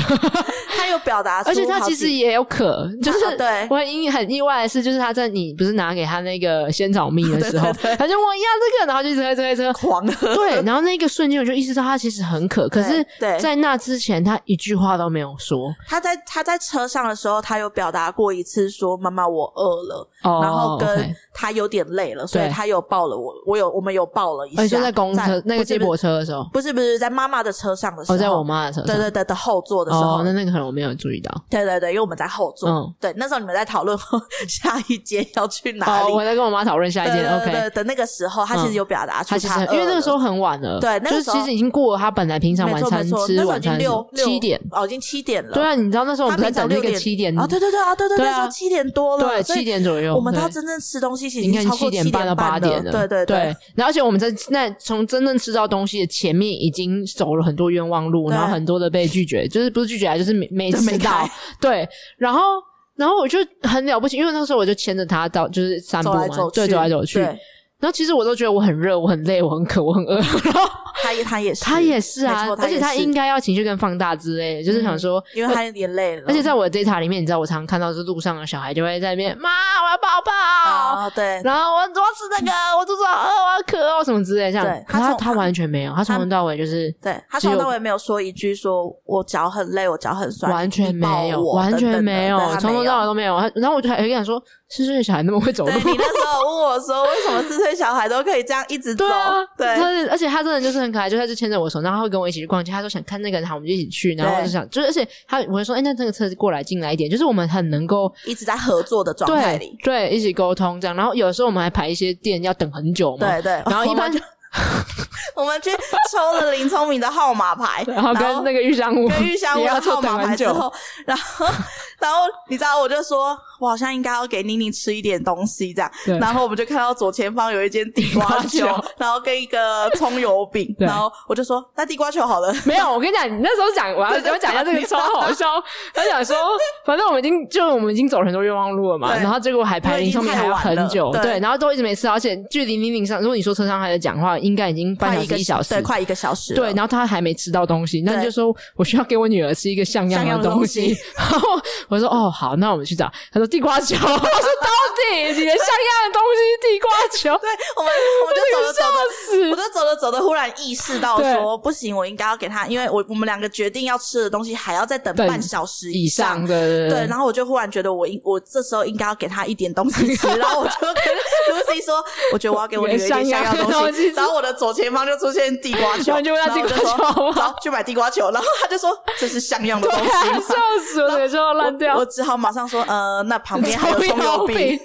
[SPEAKER 2] 他有表达出好
[SPEAKER 1] 而
[SPEAKER 2] 几，
[SPEAKER 1] 且他其实也有渴，就是
[SPEAKER 2] 啊对
[SPEAKER 1] 我很意很意外的是，就是他在你不是拿给他那个仙草蜜的时候，
[SPEAKER 2] 对对对
[SPEAKER 1] 他就我要这个，然后就一直喝一直喝一直喝，
[SPEAKER 2] 狂了，
[SPEAKER 1] 对，然后那个瞬间我就意识到他其实很渴，可是
[SPEAKER 2] 对对
[SPEAKER 1] 在那之前他一句话都没有说，
[SPEAKER 2] 他在他在车上的时候，他有表达过一次说妈妈我饿了，
[SPEAKER 1] 哦，
[SPEAKER 2] 然后
[SPEAKER 1] OK
[SPEAKER 2] 跟他有点累了，所以
[SPEAKER 1] 对
[SPEAKER 2] 他有抱了我，我有我们有抱了一
[SPEAKER 1] 而且
[SPEAKER 2] 下，
[SPEAKER 1] 哦在公车那个
[SPEAKER 2] 不是
[SPEAKER 1] 接驳车的时候，
[SPEAKER 2] 不是不是在妈妈的车上的
[SPEAKER 1] 哦，
[SPEAKER 2] 时候，
[SPEAKER 1] 在我妈的车
[SPEAKER 2] 对
[SPEAKER 1] 上，
[SPEAKER 2] 对对的后座的时候
[SPEAKER 1] 哦，，那那个可能我没有注意到，
[SPEAKER 2] 对对对，因为我们在后座，
[SPEAKER 1] 嗯
[SPEAKER 2] 对，那时候你们在讨论 下一节要去哪
[SPEAKER 1] 哦，
[SPEAKER 2] 里，
[SPEAKER 1] 我在跟我妈讨论下
[SPEAKER 2] 对
[SPEAKER 1] 一件
[SPEAKER 2] 对对
[SPEAKER 1] OK，嗯
[SPEAKER 2] 对的那个时候，他其实有表达出
[SPEAKER 1] 他其实
[SPEAKER 2] 他
[SPEAKER 1] 很因为那个时
[SPEAKER 2] 候。
[SPEAKER 1] 候很晚了，
[SPEAKER 2] 对那个
[SPEAKER 1] 就是
[SPEAKER 2] 时候
[SPEAKER 1] 其实已经过了他本来平常
[SPEAKER 2] 没
[SPEAKER 1] 晚
[SPEAKER 2] 错没
[SPEAKER 1] 餐
[SPEAKER 2] 错，那
[SPEAKER 1] 吃
[SPEAKER 2] 时候
[SPEAKER 1] 晚
[SPEAKER 2] 已经
[SPEAKER 1] 餐的时
[SPEAKER 2] 六
[SPEAKER 1] 候七点，
[SPEAKER 2] 哦，已经七点了。
[SPEAKER 1] 对啊，你知道那时候我
[SPEAKER 2] 他
[SPEAKER 1] 们在等
[SPEAKER 2] 平常
[SPEAKER 1] 那
[SPEAKER 2] 六
[SPEAKER 1] 个
[SPEAKER 2] 点
[SPEAKER 1] 七点
[SPEAKER 2] 哦，对对对啊，对对，
[SPEAKER 1] 对啊
[SPEAKER 2] 那时候七点多了，
[SPEAKER 1] 对
[SPEAKER 2] 所以
[SPEAKER 1] 七点左右，
[SPEAKER 2] 我们到
[SPEAKER 1] 对
[SPEAKER 2] 真正吃东西其实
[SPEAKER 1] 你
[SPEAKER 2] 已经
[SPEAKER 1] 看
[SPEAKER 2] 超
[SPEAKER 1] 七
[SPEAKER 2] 过
[SPEAKER 1] 点半
[SPEAKER 2] 点
[SPEAKER 1] 到八点
[SPEAKER 2] 了，对对
[SPEAKER 1] 对，然后而且我们在那从真正吃到东西的前面已经走了很多冤枉路，
[SPEAKER 2] 对
[SPEAKER 1] 然后很多的被拒绝，就是不是拒绝啊，就是没没
[SPEAKER 2] 就没
[SPEAKER 1] 吃到
[SPEAKER 2] 开，
[SPEAKER 1] 对，然后然后我就很了不起，因为那时候我就牵着他到就是散步
[SPEAKER 2] 走
[SPEAKER 1] 嘛
[SPEAKER 2] 来走，
[SPEAKER 1] 对，
[SPEAKER 2] 去
[SPEAKER 1] 走来走去，
[SPEAKER 2] 对
[SPEAKER 1] 然后其实我都觉得我很热，我很累，我很渴，我很饿，然后
[SPEAKER 2] 他也他也 是，
[SPEAKER 1] 他也是啊
[SPEAKER 2] 没，错
[SPEAKER 1] 而且他
[SPEAKER 2] 也是嗯
[SPEAKER 1] 应该要情绪更放大之类的，就是想说，
[SPEAKER 2] 因为他也累了，
[SPEAKER 1] 而且在我的 data 里面，你知道我常常看到是路上的小孩就会在那边妈，我要抱抱，
[SPEAKER 2] 啊，对，
[SPEAKER 1] 然后我我要吃那个，我肚子好饿，我要渴哦什么之类的这样
[SPEAKER 2] 对。
[SPEAKER 1] 可是
[SPEAKER 2] 他
[SPEAKER 1] 他
[SPEAKER 2] 从
[SPEAKER 1] 他完全没有，他从头到尾就是
[SPEAKER 2] 对他
[SPEAKER 1] 只
[SPEAKER 2] 从
[SPEAKER 1] 有
[SPEAKER 2] 头到尾没有说一句说我脚很累，我脚很酸，
[SPEAKER 1] 完全
[SPEAKER 2] 你抱
[SPEAKER 1] 没有，
[SPEAKER 2] 我
[SPEAKER 1] 完
[SPEAKER 2] 等
[SPEAKER 1] 全
[SPEAKER 2] 等的
[SPEAKER 1] 没
[SPEAKER 2] 对
[SPEAKER 1] 有
[SPEAKER 2] 他，
[SPEAKER 1] 从头
[SPEAKER 2] 没
[SPEAKER 1] 到
[SPEAKER 2] 有
[SPEAKER 1] 尾都没有。他然后我就还有一个人说，四岁的小孩那么会走
[SPEAKER 2] 对
[SPEAKER 1] 路，
[SPEAKER 2] 你那时候问我说，为什么四岁小孩都可以这样一直走？
[SPEAKER 1] 对啊，
[SPEAKER 2] 对
[SPEAKER 1] 他是而且他真的就是很可爱，就他就牵着我手，然后他会跟我一起去逛街。他说想看那个，然后我们就一起去，然后我就想，就是而且他我会说，哎、那这个车子过来进来一点，就是我们很能够
[SPEAKER 2] 一直在合作的状态
[SPEAKER 1] 对
[SPEAKER 2] 里。
[SPEAKER 1] 对一起沟通这样。然后有时候我们还排一些店要等很久嘛，
[SPEAKER 2] 对对，
[SPEAKER 1] 然后一
[SPEAKER 2] 我们
[SPEAKER 1] 般
[SPEAKER 2] 就我们去抽了林聪明的号码牌，
[SPEAKER 1] 然后跟那个玉香屋
[SPEAKER 2] 跟玉香屋
[SPEAKER 1] 也要
[SPEAKER 2] 的
[SPEAKER 1] 坐
[SPEAKER 2] 号
[SPEAKER 1] 等
[SPEAKER 2] 码牌
[SPEAKER 1] 很
[SPEAKER 2] 之
[SPEAKER 1] 久，
[SPEAKER 2] 后，然后然后你知道，我就说我好像应该要给妮妮吃一点东西这样
[SPEAKER 1] 对，
[SPEAKER 2] 然后我们就看到左前方有一间地瓜
[SPEAKER 1] 地
[SPEAKER 2] 球
[SPEAKER 1] 瓜球，
[SPEAKER 2] 然后跟一个葱油饼，
[SPEAKER 1] 对
[SPEAKER 2] 然后我就说那地瓜球好了，
[SPEAKER 1] 没有，我跟你讲，你那时候讲，我要
[SPEAKER 2] 对对
[SPEAKER 1] 我要讲一下这个
[SPEAKER 2] 对
[SPEAKER 1] 超好笑。他讲说，反正我们已经就我们已经走了很多冤枉路了嘛，
[SPEAKER 2] 对
[SPEAKER 1] 然后结果还排林聪明还要很久，
[SPEAKER 2] 因为已经太晚了对
[SPEAKER 1] 然后都一直没吃到，而且距离零零上，如果你说车上还在讲话，应该已经半
[SPEAKER 2] 快
[SPEAKER 1] 小
[SPEAKER 2] 一
[SPEAKER 1] 时
[SPEAKER 2] 个
[SPEAKER 1] 一小时
[SPEAKER 2] 对，。快一个小时了，
[SPEAKER 1] 对，然后他还没吃到东西，那你
[SPEAKER 2] 对
[SPEAKER 1] 就说我需要给我女儿吃一个像样
[SPEAKER 2] 像样的
[SPEAKER 1] 东
[SPEAKER 2] 东
[SPEAKER 1] 西
[SPEAKER 2] 西。
[SPEAKER 1] 然后我说哦好，那我们去找。他说地瓜球，我说到底你的像样的东西是地瓜球，
[SPEAKER 2] 对，我们我们 就走着走着。我
[SPEAKER 1] 笑死。
[SPEAKER 2] 就走着走着，忽然意识到
[SPEAKER 1] 对
[SPEAKER 2] 说不行，我应该要给他，因为我我们两个决定要吃的东西还要再等
[SPEAKER 1] 等
[SPEAKER 2] 半小时
[SPEAKER 1] 以
[SPEAKER 2] 上
[SPEAKER 1] 上。的
[SPEAKER 2] 对，然后我就忽然觉得我应我这时候应该要给他一点东西吃，然后我就 跟 Lucy 说，我觉得我要给我女儿一点像样的
[SPEAKER 1] 有香料的东
[SPEAKER 2] 东
[SPEAKER 1] 西
[SPEAKER 2] 西
[SPEAKER 1] 吃。
[SPEAKER 2] 然后我的左前方就出现地瓜球，
[SPEAKER 1] 然后你就问他
[SPEAKER 2] 然后我
[SPEAKER 1] 地瓜球
[SPEAKER 2] 就
[SPEAKER 1] 好不
[SPEAKER 2] 说
[SPEAKER 1] 好
[SPEAKER 2] 走去买地瓜球，然后他就说这是像样的东西
[SPEAKER 1] 对啊
[SPEAKER 2] 吗，
[SPEAKER 1] 笑死我，有时候烂掉
[SPEAKER 2] 我。我只好马上说，呃，那旁边还有葱油饼。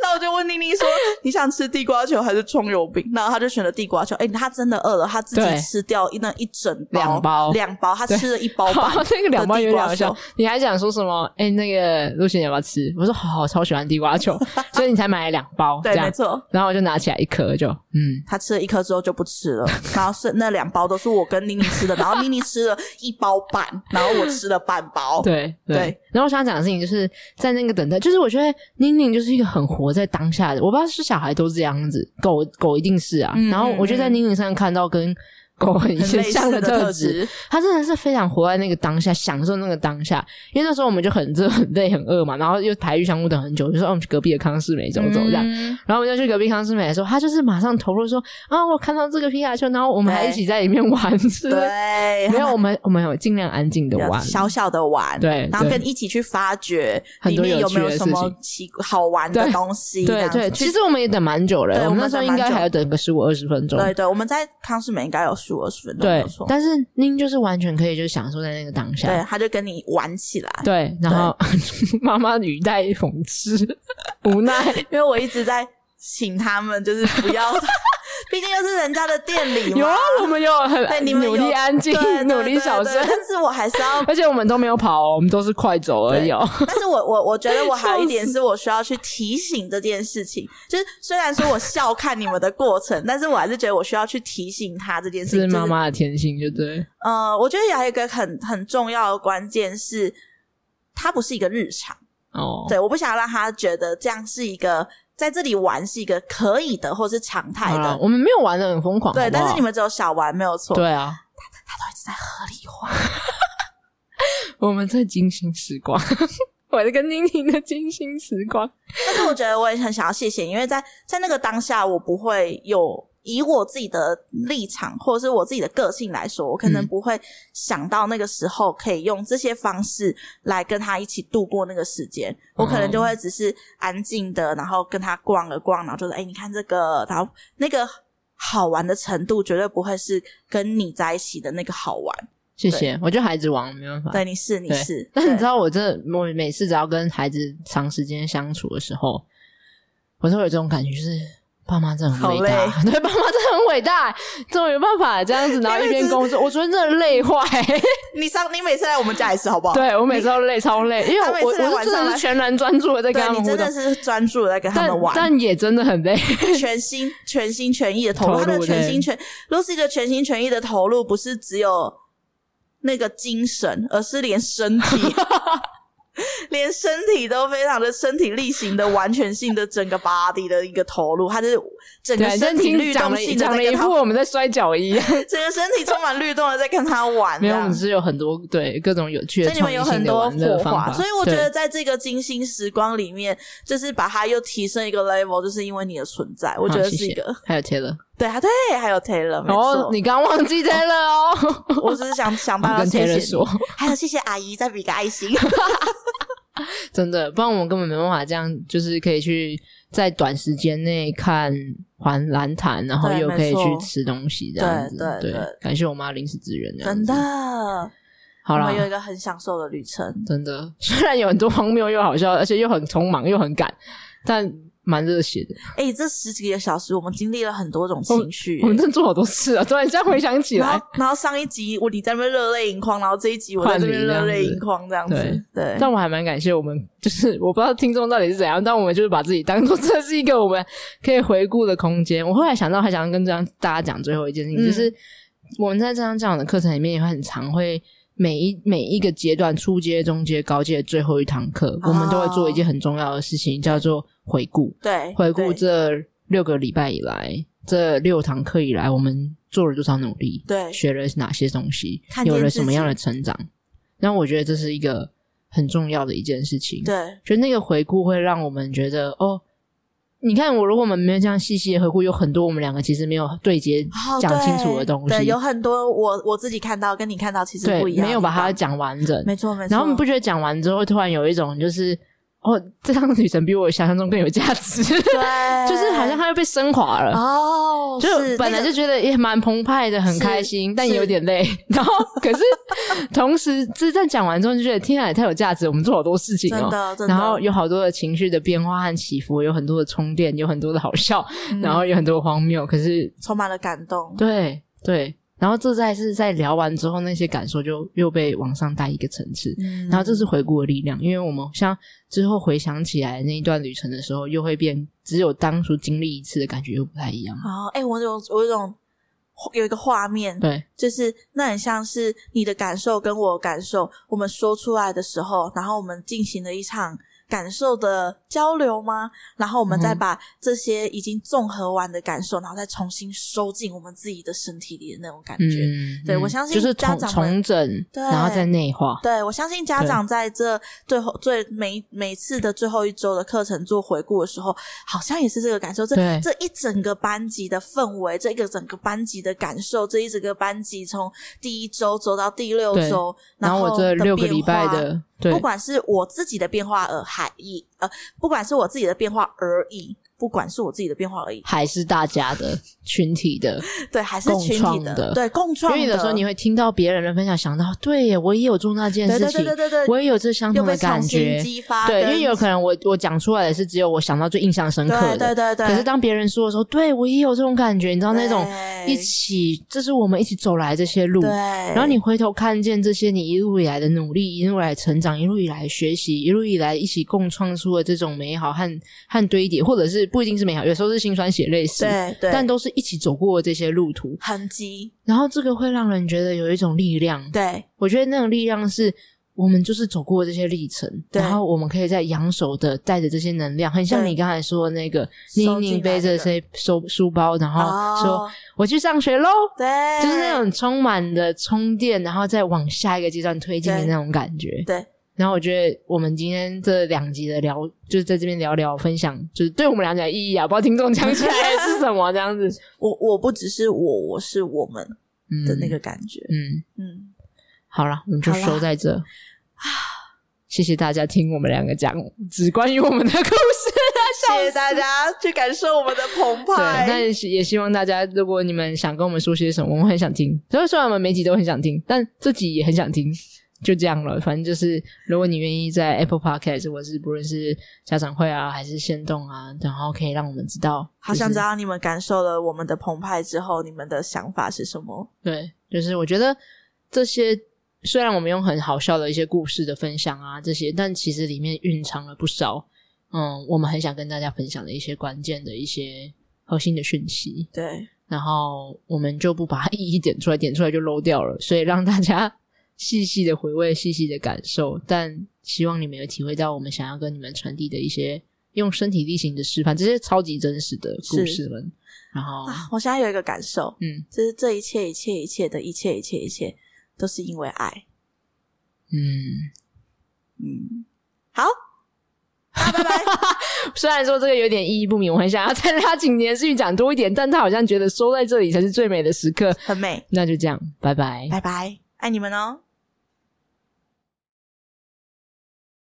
[SPEAKER 2] 那我就问妮妮说：“你想吃地瓜球还是葱油饼？”然后她就选了地瓜球。哎、她真的饿了，她自
[SPEAKER 1] 对
[SPEAKER 2] 己吃掉一那一整包
[SPEAKER 1] 两包
[SPEAKER 2] 两包，她吃了一 包半
[SPEAKER 1] 好，。那个两包有点好
[SPEAKER 2] 的地
[SPEAKER 1] 笑
[SPEAKER 2] 瓜球。
[SPEAKER 1] 你还讲说什么？哎、那个陆贤要不要吃？我说好好，超喜欢地瓜球，所以你才买了两包，这
[SPEAKER 2] 对，没
[SPEAKER 1] 样。
[SPEAKER 2] 错，
[SPEAKER 1] 然后我就拿起来一颗，就嗯，
[SPEAKER 2] 她吃了一颗之后就不吃了。然后是那两包都是我跟妮妮吃的，然后妮妮吃了一包半，然后我吃了半包。
[SPEAKER 1] 对对。
[SPEAKER 2] 哦对
[SPEAKER 1] 然后我想讲的事情就是在那个等待，就是我觉得宁宁就是一个很活在当下的，我不知道是小孩都这样子，狗狗一定是啊。
[SPEAKER 2] 嗯
[SPEAKER 1] 然后我就在宁宁身上看到跟狗很
[SPEAKER 2] 很类
[SPEAKER 1] 像
[SPEAKER 2] 似的
[SPEAKER 1] 特
[SPEAKER 2] 特
[SPEAKER 1] 质，
[SPEAKER 2] 质，
[SPEAKER 1] 他真的是非常活在那个当下，享受那个当下。因为那时候我们就很热、很累、很饿嘛，然后又排玉香屋等很久，就说、哦我们去隔壁的康世美走走这样。
[SPEAKER 2] 嗯
[SPEAKER 1] 然后我们就去隔壁康世美的时候，他就是马上投入说啊，我看到这个皮卡丘，然后我们还一起在里面玩，是
[SPEAKER 2] 对，
[SPEAKER 1] 没有我们我们有尽量安静的玩，
[SPEAKER 2] 小小的玩，
[SPEAKER 1] 对
[SPEAKER 2] 然后
[SPEAKER 1] 对
[SPEAKER 2] 跟一起去发掘
[SPEAKER 1] 很
[SPEAKER 2] 里
[SPEAKER 1] 多
[SPEAKER 2] 面
[SPEAKER 1] 有
[SPEAKER 2] 有
[SPEAKER 1] 趣
[SPEAKER 2] 没有
[SPEAKER 1] 的
[SPEAKER 2] 什
[SPEAKER 1] 事
[SPEAKER 2] 么
[SPEAKER 1] 情
[SPEAKER 2] 奇好玩的
[SPEAKER 1] 对
[SPEAKER 2] 东西，这
[SPEAKER 1] 对
[SPEAKER 2] 样子
[SPEAKER 1] 对，
[SPEAKER 2] 去
[SPEAKER 1] 其实我们也等蛮久了，
[SPEAKER 2] 对
[SPEAKER 1] 我
[SPEAKER 2] 我
[SPEAKER 1] 们
[SPEAKER 2] 们
[SPEAKER 1] 那时候
[SPEAKER 2] 等
[SPEAKER 1] 应
[SPEAKER 2] 蛮
[SPEAKER 1] 该
[SPEAKER 2] 久
[SPEAKER 1] 还要等个十五二十分钟。
[SPEAKER 2] 对对，我们在康世美应该有数二十分钟，没
[SPEAKER 1] 对
[SPEAKER 2] 有错，。
[SPEAKER 1] 但是您就是完全可以就是享受在那个当下。
[SPEAKER 2] 对，他就跟你玩起来。
[SPEAKER 1] 对，然后妈妈语带讽刺，无奈。
[SPEAKER 2] 因为我一直在请他们，就是不 要，毕竟又是人家的店里
[SPEAKER 1] 有
[SPEAKER 2] 嘛
[SPEAKER 1] 啊，，我们有很
[SPEAKER 2] 对，你们
[SPEAKER 1] 努力
[SPEAKER 2] 有
[SPEAKER 1] 安静
[SPEAKER 2] 对，对
[SPEAKER 1] 努力
[SPEAKER 2] 对
[SPEAKER 1] 小
[SPEAKER 2] 对
[SPEAKER 1] 声，
[SPEAKER 2] 但是我还是要。
[SPEAKER 1] 而且我们都没有跑哦，我们都是快走而已哦。
[SPEAKER 2] 但是我我我觉得 我还有一点
[SPEAKER 1] 笑
[SPEAKER 2] 是我需要去提醒这件事情，就是虽然说我笑看你们的过程，但是我还是觉得我需要去提醒他这件 事
[SPEAKER 1] 是
[SPEAKER 2] 情。就
[SPEAKER 1] 妈
[SPEAKER 2] 是
[SPEAKER 1] 妈的天性，就对。
[SPEAKER 2] 呃，我觉得还有一个很很重要的关键是，它不是一个日常。
[SPEAKER 1] 哦，
[SPEAKER 2] 对，我不想让他觉得这样是一个在这里玩是一个可以的或是常态
[SPEAKER 1] 好
[SPEAKER 2] 的。
[SPEAKER 1] 了，我们没有玩的很疯狂，
[SPEAKER 2] 对，
[SPEAKER 1] 好不啊好
[SPEAKER 2] 但是你们只有小玩没有错，
[SPEAKER 1] 对啊，
[SPEAKER 2] 一直在合理化。
[SPEAKER 1] 我们在精心时光， 我在跟宁宁的精心时光。
[SPEAKER 2] 但是我觉得我也很想要谢谢，因为在在那个当下，我不会有以我自己的立场或者是我自己的个性来说，我可能
[SPEAKER 1] 嗯
[SPEAKER 2] 不会想到那个时候可以用这些方式来跟他一起度过那个时间。我可能就
[SPEAKER 1] 哦
[SPEAKER 2] 会只是安静的，然后跟他逛了逛，然后就是哎、你看这个，然后那个。好玩的程度绝对不会是跟你在一起的那个好玩，
[SPEAKER 1] 谢谢，我觉得孩子王没办法。
[SPEAKER 2] 对，你是你
[SPEAKER 1] 对
[SPEAKER 2] 是，
[SPEAKER 1] 但是你
[SPEAKER 2] 对
[SPEAKER 1] 知道，我真的，我每次只要跟孩子长时间相处的时候，我都会有这种感觉，就是爸妈真的很伟大，
[SPEAKER 2] 好
[SPEAKER 1] 对，爸妈真的很伟大，怎么有办法这样子，然后一边工作，我昨天真的累坏、
[SPEAKER 2] 你上你每次来我们家也是好不好？
[SPEAKER 1] 对啊我每次都累超累，因为
[SPEAKER 2] 哦他每
[SPEAKER 1] 我我
[SPEAKER 2] 次来
[SPEAKER 1] 我
[SPEAKER 2] 晚
[SPEAKER 1] 是真
[SPEAKER 2] 上
[SPEAKER 1] 的
[SPEAKER 2] 来
[SPEAKER 1] 是全然专注的在
[SPEAKER 2] 对，啊
[SPEAKER 1] 跟啊他们
[SPEAKER 2] 你
[SPEAKER 1] 互
[SPEAKER 2] 真的
[SPEAKER 1] 动，
[SPEAKER 2] 是专注地在跟他
[SPEAKER 1] 但
[SPEAKER 2] 们玩，
[SPEAKER 1] 但也真的很累，
[SPEAKER 2] 全心、全心全意的投入，
[SPEAKER 1] 投入
[SPEAKER 2] 他的全
[SPEAKER 1] 对
[SPEAKER 2] 心全 Lucy 的全心全意的投入，不是只有那个精神，而是连 身体，连身体都非常的身体力行的完全性的整个 body 的一个投入，他是整个
[SPEAKER 1] 对，啊
[SPEAKER 2] 身
[SPEAKER 1] 但
[SPEAKER 2] 体
[SPEAKER 1] 听
[SPEAKER 2] 律
[SPEAKER 1] 讲
[SPEAKER 2] 动
[SPEAKER 1] 了
[SPEAKER 2] 性的
[SPEAKER 1] 讲
[SPEAKER 2] 在
[SPEAKER 1] 了一
[SPEAKER 2] 跟
[SPEAKER 1] 副
[SPEAKER 2] 他，
[SPEAKER 1] 我们在摔跤一 样，
[SPEAKER 2] 整个身体充满律动的在跟他玩，
[SPEAKER 1] 没
[SPEAKER 2] 这
[SPEAKER 1] 有，我
[SPEAKER 2] 样
[SPEAKER 1] 们是有很多对各种有趣
[SPEAKER 2] 所
[SPEAKER 1] 的
[SPEAKER 2] 以你
[SPEAKER 1] 创
[SPEAKER 2] 们
[SPEAKER 1] 意
[SPEAKER 2] 有
[SPEAKER 1] 性
[SPEAKER 2] 很
[SPEAKER 1] 的
[SPEAKER 2] 多
[SPEAKER 1] 玩乐
[SPEAKER 2] 火
[SPEAKER 1] 方
[SPEAKER 2] 花，
[SPEAKER 1] 法，
[SPEAKER 2] 所以我觉得
[SPEAKER 1] 对。
[SPEAKER 2] 在这个精心时光里面，就是把它又提升一个 level，就是因为你的存在，我觉
[SPEAKER 1] 好
[SPEAKER 2] 得
[SPEAKER 1] 谢
[SPEAKER 2] 是一
[SPEAKER 1] 谢
[SPEAKER 2] 个
[SPEAKER 1] 还有 Taylor，
[SPEAKER 2] 对啊，对，还有 Taylor，没
[SPEAKER 1] 然后
[SPEAKER 2] 错，
[SPEAKER 1] 哦你刚忘记 Taylor 哦，
[SPEAKER 2] 我只是想想 办
[SPEAKER 1] 我
[SPEAKER 2] 法
[SPEAKER 1] 跟
[SPEAKER 2] 谢
[SPEAKER 1] Taylor
[SPEAKER 2] 谢
[SPEAKER 1] 说
[SPEAKER 2] 你，还有谢谢阿姨，再比个爱心。
[SPEAKER 1] 真的，不然我们根本没办法这样，就是可以去在短时间内看环蓝毯，然后
[SPEAKER 2] 对
[SPEAKER 1] 又可以去
[SPEAKER 2] 没错
[SPEAKER 1] 吃东西这样子。
[SPEAKER 2] 对对对
[SPEAKER 1] 感谢我妈临时支援，这样
[SPEAKER 2] 真
[SPEAKER 1] 子
[SPEAKER 2] 的，
[SPEAKER 1] 好
[SPEAKER 2] 我
[SPEAKER 1] 啦
[SPEAKER 2] 们，有一个很享受的旅程。
[SPEAKER 1] 真的， 虽然有很多荒谬又好笑，而且又很匆忙又很赶，但蛮热血 的。
[SPEAKER 2] 哎、这十几个小时，我们经历了很多种情绪、
[SPEAKER 1] 我们真的做好多次啊！突然这样回想起
[SPEAKER 2] 然
[SPEAKER 1] 来
[SPEAKER 2] 后，，然后上一集我你在那边热泪盈眶，然后这一集我在
[SPEAKER 1] 换
[SPEAKER 2] 这
[SPEAKER 1] 你
[SPEAKER 2] 边
[SPEAKER 1] 这样子
[SPEAKER 2] 热泪盈眶，这样子。对，
[SPEAKER 1] 但我还蛮感谢我们，就是 我不知道听众到底是怎样，但我们就是把自己当做这是一个我们可以回顾的空间。我后来想到，还想跟这样大家讲最后一件事情，
[SPEAKER 2] 嗯
[SPEAKER 1] 就是我们在这样教养的课程里面，也很常会每一每一个阶段，初阶、中阶、高阶的最后一堂课，我们都会做一件很重要的事情，叫做回顾。
[SPEAKER 2] 对，
[SPEAKER 1] 回顾
[SPEAKER 2] 对
[SPEAKER 1] 这六个礼拜以来，这六堂课以来，我们做了多少努力？
[SPEAKER 2] 对
[SPEAKER 1] 学了哪些东西
[SPEAKER 2] 看？见
[SPEAKER 1] 有了
[SPEAKER 2] 自
[SPEAKER 1] 什么样
[SPEAKER 2] 己
[SPEAKER 1] 的成长？那我觉得这是一个很重要的一件事情。，
[SPEAKER 2] 对
[SPEAKER 1] 就那个回顾会让我们觉得，哦，你看我，如果我们没有这样细细的回顾，有很多我们两个其实没有对接
[SPEAKER 2] 哦
[SPEAKER 1] 讲清楚
[SPEAKER 2] 对
[SPEAKER 1] 的东西，
[SPEAKER 2] 对，有很多我我自己看到跟你看到其实
[SPEAKER 1] 对
[SPEAKER 2] 不一样，
[SPEAKER 1] 没有把它，讲完整。
[SPEAKER 2] 没错没错。
[SPEAKER 1] 然后你不觉得讲完之后，突然有一种就是，哦，这趟旅程比我想象中更有价值，
[SPEAKER 2] 对，
[SPEAKER 1] 就是好像它又被升华了。
[SPEAKER 2] 哦，
[SPEAKER 1] 就是本来
[SPEAKER 2] 那
[SPEAKER 1] 就
[SPEAKER 2] 个
[SPEAKER 1] 觉得也蛮澎湃的，很
[SPEAKER 2] 是
[SPEAKER 1] 开心，但
[SPEAKER 2] 是
[SPEAKER 1] 也有点累。 然后可是同时，这在讲完之后就觉得天啊，也太有价值，我们做好多事情
[SPEAKER 2] 真
[SPEAKER 1] 哦。
[SPEAKER 2] 的真的，
[SPEAKER 1] 然后有好多的情绪的变化和起伏，有很多的充电，有很多的好笑，
[SPEAKER 2] 嗯
[SPEAKER 1] 然后有很多的荒谬。可是，
[SPEAKER 2] 充满了感动，
[SPEAKER 1] 对对，然后这再是在聊完之后，那些感受就又被往上带一个层次。
[SPEAKER 2] 嗯
[SPEAKER 1] 然后这是回顾的力量，因为我们像之后回想起来那一段旅程的时候，又会变，只有当初经历一次的感觉又不太一样。
[SPEAKER 2] 哦，哎、我有我有一种有一个画面，
[SPEAKER 1] 对，
[SPEAKER 2] 就是那很像是你的感受跟我感受，我们说出来的时候，然后我们进行了一场感受的交流吗？然后我们再
[SPEAKER 1] 嗯哼
[SPEAKER 2] 把这些已经综合完的感受，然后再重新收进我们自己的身体里的那种感觉。
[SPEAKER 1] 嗯，
[SPEAKER 2] 对
[SPEAKER 1] 嗯
[SPEAKER 2] 我相信
[SPEAKER 1] 就是
[SPEAKER 2] 家
[SPEAKER 1] 重
[SPEAKER 2] 长们
[SPEAKER 1] 重整，
[SPEAKER 2] 对
[SPEAKER 1] 然后再内化。
[SPEAKER 2] 对，我相信家长在这最后最每每次的最后一周的课程做回顾的时候，好像也是这个感受。这
[SPEAKER 1] 对
[SPEAKER 2] 这一整个班级的氛围，这一个整个班级的感受，这一整个班级从第一周走到第六
[SPEAKER 1] 对
[SPEAKER 2] 周，
[SPEAKER 1] 然
[SPEAKER 2] 后
[SPEAKER 1] 我这
[SPEAKER 2] 的
[SPEAKER 1] 六个
[SPEAKER 2] 变
[SPEAKER 1] 礼拜
[SPEAKER 2] 化
[SPEAKER 1] 的，对
[SPEAKER 2] 不，管是我自己的变化而还已，呃，不管是我自己的变化而已，不管是我自己的变化而已，
[SPEAKER 1] 还是大家的群体的，
[SPEAKER 2] 对，还是
[SPEAKER 1] 共
[SPEAKER 2] 群体
[SPEAKER 1] 创的
[SPEAKER 2] 对，共
[SPEAKER 1] 因
[SPEAKER 2] 创
[SPEAKER 1] 为有的时候你会听到别人的分享，想到对耶，我也有做那件
[SPEAKER 2] 对
[SPEAKER 1] 事
[SPEAKER 2] 对对
[SPEAKER 1] 情，
[SPEAKER 2] 对啊对对，
[SPEAKER 1] 我也有这相
[SPEAKER 2] 又
[SPEAKER 1] 同
[SPEAKER 2] 被
[SPEAKER 1] 的感
[SPEAKER 2] 重新
[SPEAKER 1] 觉。
[SPEAKER 2] 激发跟，
[SPEAKER 1] 对，因为有可能我我讲出来的是只有我想到最印象深刻
[SPEAKER 2] 对
[SPEAKER 1] 的，
[SPEAKER 2] 对对对，
[SPEAKER 1] 可是当别人说的时候，对我也有这种感觉，你知道那种
[SPEAKER 2] 对
[SPEAKER 1] 一起，这是我们一起走来这些路，
[SPEAKER 2] 对，
[SPEAKER 1] 然
[SPEAKER 2] 然
[SPEAKER 1] 后你回头看见这些你一路以来的努力，一路以来的成长，一路以来的学习，一路以来一起共创出的这种美好和和堆叠，或者是不一定是美好，有时候是辛酸血泪史，
[SPEAKER 2] 对对，
[SPEAKER 1] 但都是一起走过的这些路途。
[SPEAKER 2] 痕迹，
[SPEAKER 1] 然后这个会让人觉得有一种力量，
[SPEAKER 2] 对
[SPEAKER 1] 我觉得那种力量是我们就是走过这些历程，
[SPEAKER 2] 对
[SPEAKER 1] 然后我们可以在扬手的带着这些能量，很像
[SPEAKER 2] 对
[SPEAKER 1] 你刚才说的那个
[SPEAKER 2] 收进
[SPEAKER 1] 宁
[SPEAKER 2] 来
[SPEAKER 1] 宁背着
[SPEAKER 2] 那个
[SPEAKER 1] 这收书包，然后说、
[SPEAKER 2] 哦
[SPEAKER 1] 我去上学喽。
[SPEAKER 2] 对，
[SPEAKER 1] 就是那种充满了充电，然后再往下一个阶段推进的那种感觉。
[SPEAKER 2] 对，
[SPEAKER 1] 然后我觉得我们今天这两集的聊，就是在这边聊聊分享，就是对我们俩讲意义啊，不知道听众讲起来是什么这样子
[SPEAKER 2] 我我不只是我，我是我们
[SPEAKER 1] 嗯
[SPEAKER 2] 的那个感觉，
[SPEAKER 1] 嗯，
[SPEAKER 2] 嗯，
[SPEAKER 1] 好了，我们就
[SPEAKER 2] 好啦啊
[SPEAKER 1] 收在这。谢谢大家听我们两个讲只关于我们的故事。
[SPEAKER 2] 谢谢大家去感受我们的澎
[SPEAKER 1] 对，
[SPEAKER 2] 湃，
[SPEAKER 1] 但是也希望大家，如果你们想跟我们说些什么，我们很想听。所以虽然我们每集都很想听，但这集也很想听，就这样了。反正就是，如果你愿意在 Apple Podcast 或是不论是家长会啊，还是线动啊，然后可以让我们知道，
[SPEAKER 2] 好想知道你们感受了我们的澎湃之后，你们的想法是什么？
[SPEAKER 1] 对，就是我觉得这些虽然我们用很好笑的一些故事的分享啊这些，但其实里面蕴藏了不少，嗯，我们很想跟大家分享的一些关键的一些核心的讯息。
[SPEAKER 2] 对，
[SPEAKER 1] 然后我们就不把它 一一点出来，点出来就漏掉了，所以让大家 细细的回味，细细的感受。但希望你们有体会到我们想要跟你们传递的一些用身体力行的示范，这些超级真实的故事们。然后，
[SPEAKER 2] 啊，我现在有一个感受，
[SPEAKER 1] 嗯
[SPEAKER 2] 就是这一切、一切、一切的一切、一切、一切，都是因为爱。
[SPEAKER 1] 嗯，
[SPEAKER 2] 嗯，好，好，拜拜。
[SPEAKER 1] 虽然说这个有点意义不明，我很想要再拉紧连续讲多一点，但他好像觉得收在这里才是最美的时刻。
[SPEAKER 2] 很美，
[SPEAKER 1] 那就这样，拜拜
[SPEAKER 2] 拜拜，爱你们哦。